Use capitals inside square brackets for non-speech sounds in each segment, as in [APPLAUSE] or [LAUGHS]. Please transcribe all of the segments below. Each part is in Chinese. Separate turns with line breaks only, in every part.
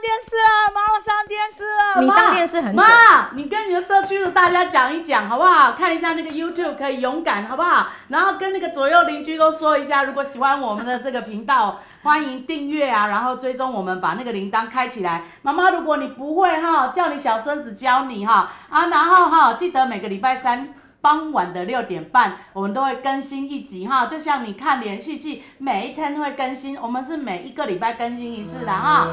电视了，妈，我上电视了。
你
妈
上电视很久
妈，你跟你的社区的大家讲一讲好不好？看一下那个 YouTube 可以勇敢好不好？然后跟那个左右邻居都说一下，如果喜欢我们的这个频道，欢迎订阅啊，然后追踪我们，把那个铃铛开起来。妈妈，如果你不会哈，叫你小孙子教你哈啊，然后哈，记得每个礼拜三。傍晚的六点半，我们都会更新一集哈，就像你看连续剧，每一天会更新，我们是每一个礼拜更新一次的哈。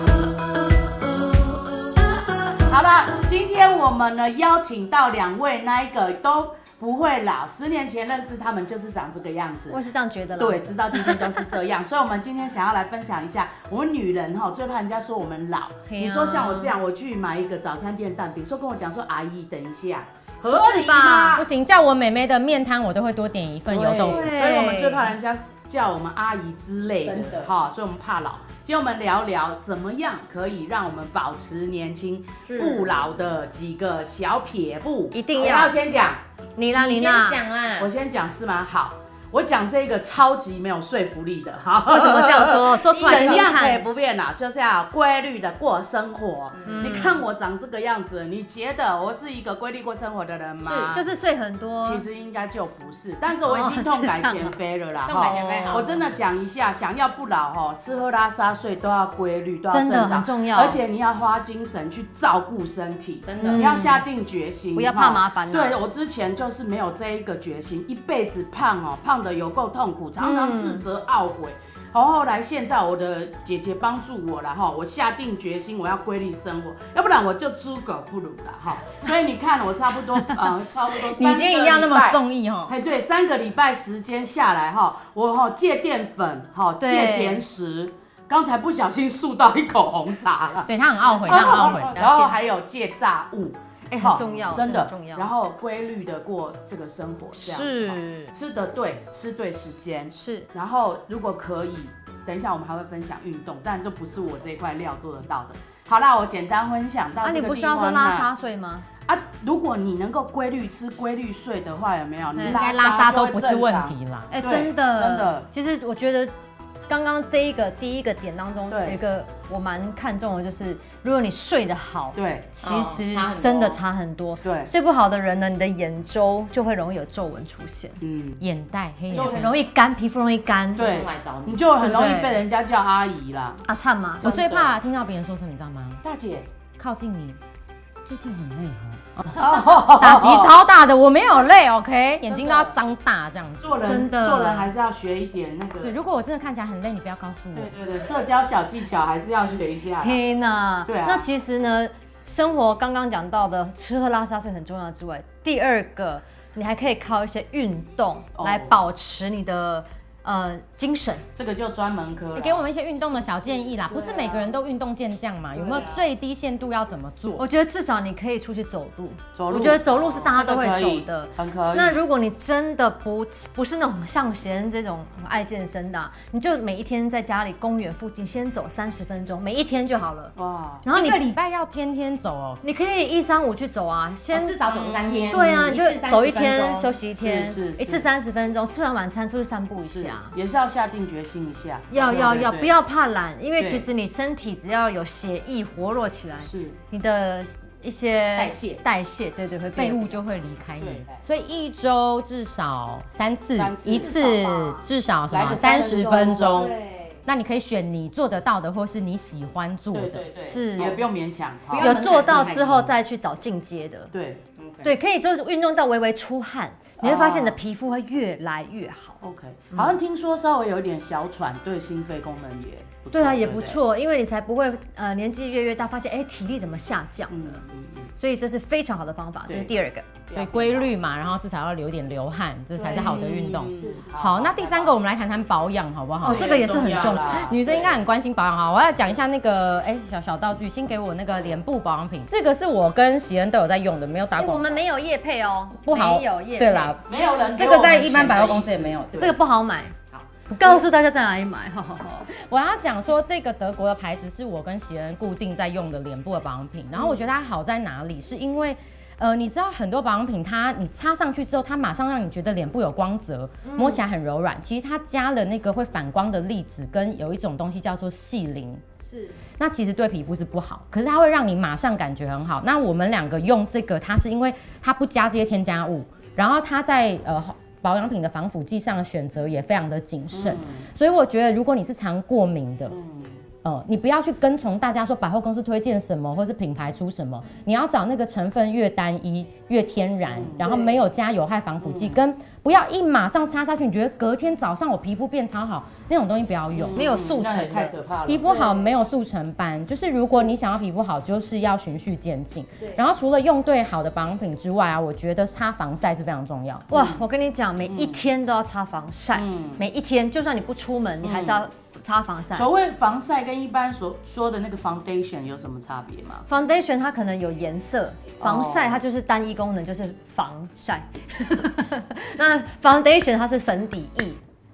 好了，今天我们呢邀请到两位，那一个都不会老，十年前认识他们就是长这个样子
我。也是这样觉得啦。
对，，直到今天都是这样，所以我们今天想要来分享一下，我们女人哈最怕人家说我们老。
对啊
你说像我这样，我去买一个早餐店蛋饼，说跟我讲说阿姨等一下，合
是
理吗
吧？不？行，叫我妹妹的面摊，我都会多点一份油豆腐。
所以我们最怕人家叫我们阿姨之类的
真的
哈，所以我们怕老。今天我们聊聊怎么样可以让我们保持年轻
是
不老的几个小撇步，
一定
我
要嗯
要先讲，
你啦，
你
你
先
啦，
讲啦
我，先讲是吗？好，我讲这个超级没有说服力的，好，
为什
[LAUGHS]
么这样？说？ [LAUGHS] 说出来
怎
听听
样可以
看。
不变啊？就是要规律的过生活。
嗯
你看我长这个样子，你觉得我是一个规律过生活的人吗？
是，就是睡很多
其。实应该就不是，但是我已经
哦
痛
是
改
这样啊
前非了啦。
那
哈
我前辈
哦
我
好，
真的讲一下，想要不老哦，吃喝拉撒睡都要规律，都要正
真的
常
很重要
而且你要花精神去照顾身体，
真
嗯
的
你要下定决心，
不要怕
哈
麻烦啊
对我之前就是没有这一个决心，一辈子胖哦，胖的有够痛苦，常
嗯
常自责懊悔。然后后来现在我的姐姐帮助我了哈，我下定决心我要规律生活，要不然我就猪狗不如了哈。所以你看我差不
[LAUGHS]
多呃差不多，
你今天一定要那么。中意哦。
哎，对，三个礼拜时间下来哈，我哈戒淀粉，哈戒
对
甜食，刚才不小心漱到一口红茶了，啊
对他很懊悔，他很懊悔。
哦然后还有戒炸物，
哎
哈
很重要，
真的
很重要。
然后规律的过这个生活，这样哈
是
吃的对，吃对时间，
是，
然后如果可以，等一下我们还会分享运动，但这不是我这一块料做得到的。好啦，我简单分享到
啊，
这
你
个
不
地
是要说
方
拉
呢
撒睡吗？
啊，如果你能够规律吃、规律睡的话，有没有？你
应该拉撒都不是问
就会正常。
题啦。
哎、
对
真的，
真的。
其实我觉得刚刚这一个第一个点当中，
对
有一个我蛮看重的，就是如果你睡得好，
对
其实
哦差很多
真的差很多。
对，
睡不好的人呢，你的眼周就会容易有皱纹出现，
嗯，
眼袋黑眼
就
圈
很
容易干，皮肤容易干。
对
我来找
你
你，
就很容易
对不对
被人家叫阿姨啦。
啊，灿嘛，
我最怕听到别人说什么，你知道吗？
大姐，
靠近你，最近很累哦， [LAUGHS] 打
打
击超大的，我没有累，OK，眼睛都要张大这样子。
做人
真的
做人还是要学一点那个。
对，如果我真的看起来很累，你不要告诉
对
我。
对对，社交小技巧还是要学一下啦。
黑呐。
对啊
那其实呢，生活刚刚讲到的吃喝拉撒睡很重要之外，第二个你还可以靠一些运动
哦
来保持你的、呃精神。
这个就专门科啦。
你给我们一些运动的小建议啦，不是每个人都运动健将嘛？有没有最低限度要怎么做？
我觉得至少你可以出去走路，
走路
我觉得走路是大家都会
这个可以
走的。
很可以。
那如果你真的不不是那种像贤这种很爱健身的啊、你就每一天在家里公园附近先走三十分钟，每一天就好了。
哇，
然后
一
你
个礼拜要天天走哦，
你可以一三五去走啊，先、
至少走三天，
对啊，
一
你
次
就
30
走一
分钟
天休息一天
是是，是
一次三十分钟，吃完晚餐出去散步一
是
下。
也是要下定决心一下。
要
对
要
对
要，
对
不要怕懒，因为
对
其实你身体只要有血液活络起来，
是
你的一些
代谢
代谢，对对，会变
废物就会离开你
对。
所以一周至少三次
三，次
一次至少什
来
么
个
三
三
十
十
分
分钟
钟。
对，
那你可以选你做得到的，或是你喜欢做
对
的
对。对，
是
也不用勉强。
不要
有
好
做到之后再去找进阶的。
对
，OK
对，可以就是运动到微微出汗，你会发现你的皮肤会越来越好。
，OK，好像听说稍微有点小喘，对心肺功能也不错
对啊，也不。错，因为你才不会呃年纪越越大，发现哎体力怎么下降
对不对
了，
嗯嗯嗯，
所以这是非常好的方法，这
对
是第二个。
对，规律嘛，然后至少要流点流汗，这才是好的运动。
嗯是
好，那第三个我们来谈谈保养，好不好
哦？这个也是很重
要
女生应该很关心保养哈，我要讲一下那个，哎、小小道具，先给我那个脸部保养品，这个是我跟喜恩都有在用的，没有打
哎，
广告，
我们没有叶配哦，
不好，
没有叶配，
对啦，
没有人给
这
我们
个在一般百货公司也
钱的
没有。
这个不好买
好。
我告诉大家在哪里买，哈哈哈。
我要讲说，这个德国的牌子是我跟喜恩固定在用的脸部的保养品。然后我觉得它好在哪里，是因为。呃，你知道很多保养品它，你擦上去之后，它马上让你觉得脸部有光泽，摸起来很柔软。其实它加了那个会反光的粒子，跟有一种东西叫做细鳞，
是
那其实对皮肤是不好，可是它会让你马上感觉很好。那我们两个用这个，它是因为它不加这些添加物，然后它在呃保养品的防腐剂上的选择也非常的谨
嗯
慎，所以我觉得如果你是常过敏的。呃，你不要去跟从大家说百货公司推荐什么，或是品牌出什么，你要找那个成分越单一、越天然，然后没有加有害防腐剂，跟不要一马上擦下去，你觉得隔天早上我皮肤变超好那种东西不要用。
没有速
那也
成
太
的。
可怕了。
皮肤好没有速成斑，就是如果你想要皮肤好，就是要循序渐进
对。
然后除了用对好的保养品之外啊，我觉得擦防晒是非常重要。
哇，我跟你讲，每一天都要擦防晒，每一天，就算你不出门，你还是要擦防晒。
所谓防晒跟一般所说的那个 foundation 有什么差别吗？
Foundation 它可能有颜色，
哦
防晒它就是单一功能，就是防晒。 [LAUGHS] 那 Foundation 它是粉底液，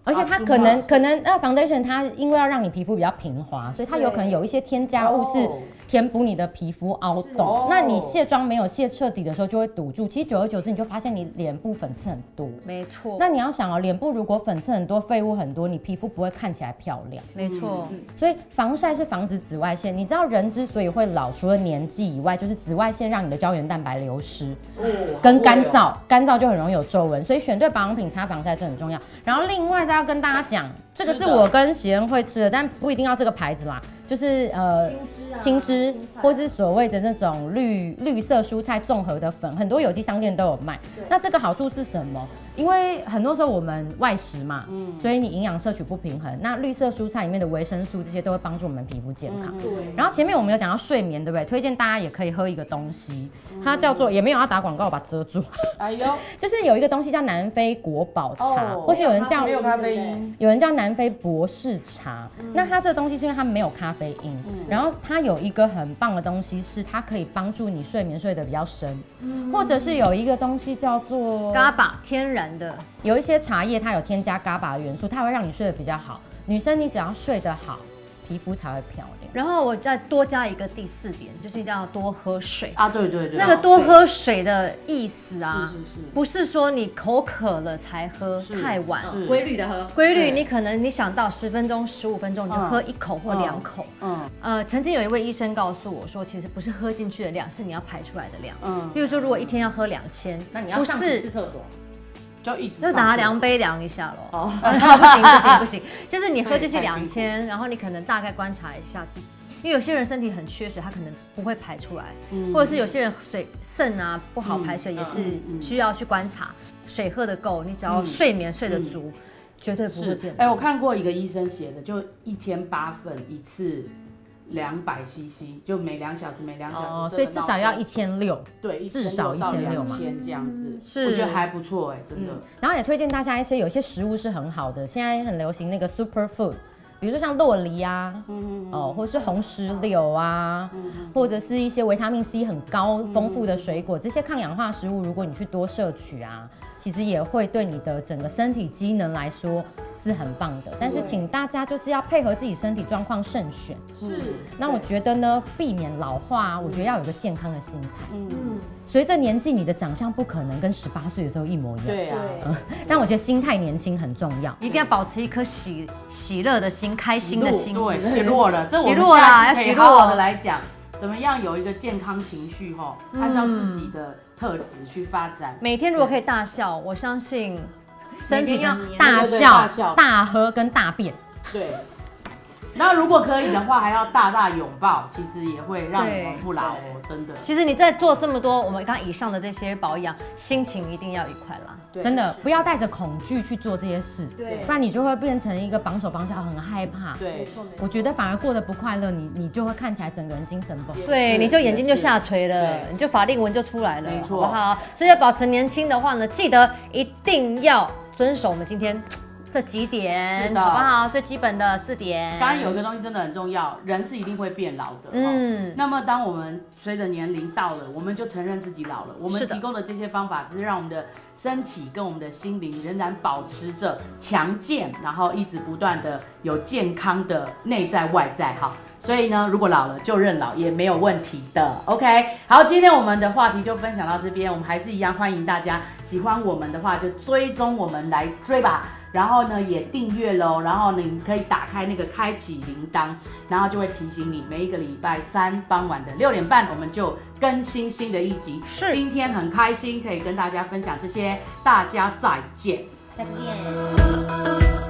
而且它可
啊
能可能那 foundation 它因为要让你皮肤比较平滑，所以它有可能有一些添加物是
哦
填补你的皮肤凹
是
洞
哦。
那你卸妆没有卸彻底的时候就会堵住，其实久而久之你就发现你脸部粉刺很多。
没错，
那你要想哦，脸部如果粉刺很多、废物很多，你皮肤不会看起来漂亮。
没错，
所以防晒是防止紫外线。你知道人之所以会老，除了年纪以外，就是紫外线让你的胶原蛋白流失，
哦
跟干燥，干燥就很容易有皱纹。所以选对保养品擦防晒是很重要。然后另外再要跟大家讲，这个是
吃的
我跟喜恩会吃的，但不一定要这个牌子啦，就是呃。
青汁啊，
青汁
菜啊
或是所谓的那种绿绿色蔬菜综合的粉，很多有机商店都有卖
对。
那这个好处是什么？因为很多时候我们外食嘛，
嗯
所以你营养摄取不平衡，那绿色蔬菜里面的维生素这些都会帮助我们皮肤健康。
对，
然后前面我们有讲到睡眠，对不对？推荐大家也可以喝一个东西，它叫做也没有要打广告，我把它遮住， [LAUGHS]
哎呦，
就是有一个东西叫南非国宝茶，
哦
或是有人叫
没有嗯咖啡因。
有人叫南非博士茶，那它这个东西是因为它没有咖啡因，
嗯
然后它有一个很棒的东西是它可以帮助你睡眠睡得比较深，
嗯
或者是有一个东西叫做
GABA 天然的，
有一些茶叶它有添加 GABA 的元素，它会让你睡得比较好。女生你只要睡得好，皮肤才会漂亮。
然后我再多加一个第四点，就是一定要多喝水。
啊，对对对，
那个多喝水的意思啊，
是是是
不是说你口渴了才喝
是
太晚。
是
规律的喝，
规律，
对
你可能你想到十分钟、十五分钟，你就
嗯
喝一口或两口。
嗯
呃，曾经有一位医生告诉我说，其实不是喝进去的量，是你要排出来的量。
嗯，
比如说，如果一天要喝两千，
那你要
不
上几次
是
厕所？
就一直
就
上
拿
去
量杯量一下喽。
哦
[LAUGHS] 不行不行不行，就是你喝进去
太
两
太辛
千，然后你可能大概观察一下自己，因为有些人身体很缺水，他可能不会排出来，或者是有些人水肾啊不好排水，也是需要去观察。水喝得够，你只要睡眠睡得足，绝对不会
是
变。，
哎，我看过一个医生写的，就一天八份，一次两百 CC，就每两小时每两小
哦，
时设个闹钟，
所以至少要一千六。
对，一
至少
千六到
1600
两
嘛
千这样子，
是
我觉得还不错哎，真的，
然后也推荐大家一些有一些食物是很好的，现在很流行那个 super food，比如说像洛梨啊，哦，或是红石榴啊，或者是一些维他命 C 很高丰富的水果，这些抗氧化食物，如果你去多摄取啊，其实也会对你的整个身体机能来说是很棒的。但是请大家就是要配合自己身体状况慎选。
嗯
是
那我觉得呢，避免老化、啊，我觉得要有一个健康的心态。
嗯，
随着年纪，你的长相不可能跟十八岁的时候一模一样。
对啊，
对，
但我觉得心态年轻很重要。
一定要保持一颗喜喜乐的心，开心的心。 [LAUGHS]
对，喜落了，这我
喜
们
落啦
下次可以
要喜落
好好的来讲，怎么样有一个健康情绪哈，按照自己的特质去发展，
每天如果可以大笑，我相信身体
每天要
跟
黏
大
对对对
笑
大、笑
大喝跟大便，
对。那如果可以的话，还要大大拥抱，其实也会让我们不老哦，真的。
其实你在做这么多我们刚刚以上的这些保养，心情一定要愉快啦。
对
真的不要带着恐惧去做这些事，
对
不然你就会变成一个绑手绑脚，很害怕。
没
对，
错没错
我觉得反而过得不快乐，你你就会看起来整个人精神不好。
对，
是
你就眼睛就下
也是
垂了，
对
你就法令纹就出来了，
没
好
错
不好？所以要保持年轻的话呢，记得一定要遵守我们今天这几点
是，的
好不好？最基本的四点。
刚刚有一个东西真的很重要，人是一定会变老的。
嗯
嗯，那么当我们随着年龄到了，我们就承认自己老了。我
是
们
的
提供的这些方法，只是让我们的身体跟我们的心灵仍然保持着强健，然后一直不断的有健康的内在外在哈。所以呢，如果老了就认老也没有问题的。OK，好，今天我们的话题就分享到这边，我们还是一样欢迎大家喜欢我们的话就追踪我们来追吧。然后呢也订阅喽，然后呢你可以打开那个开启铃铛，然后就会提醒你每一个礼拜三傍晚的六点半，我们就更新新的一集。
是
今天很开心可以跟大家分享这些，大家再见。
再见。
oh, oh,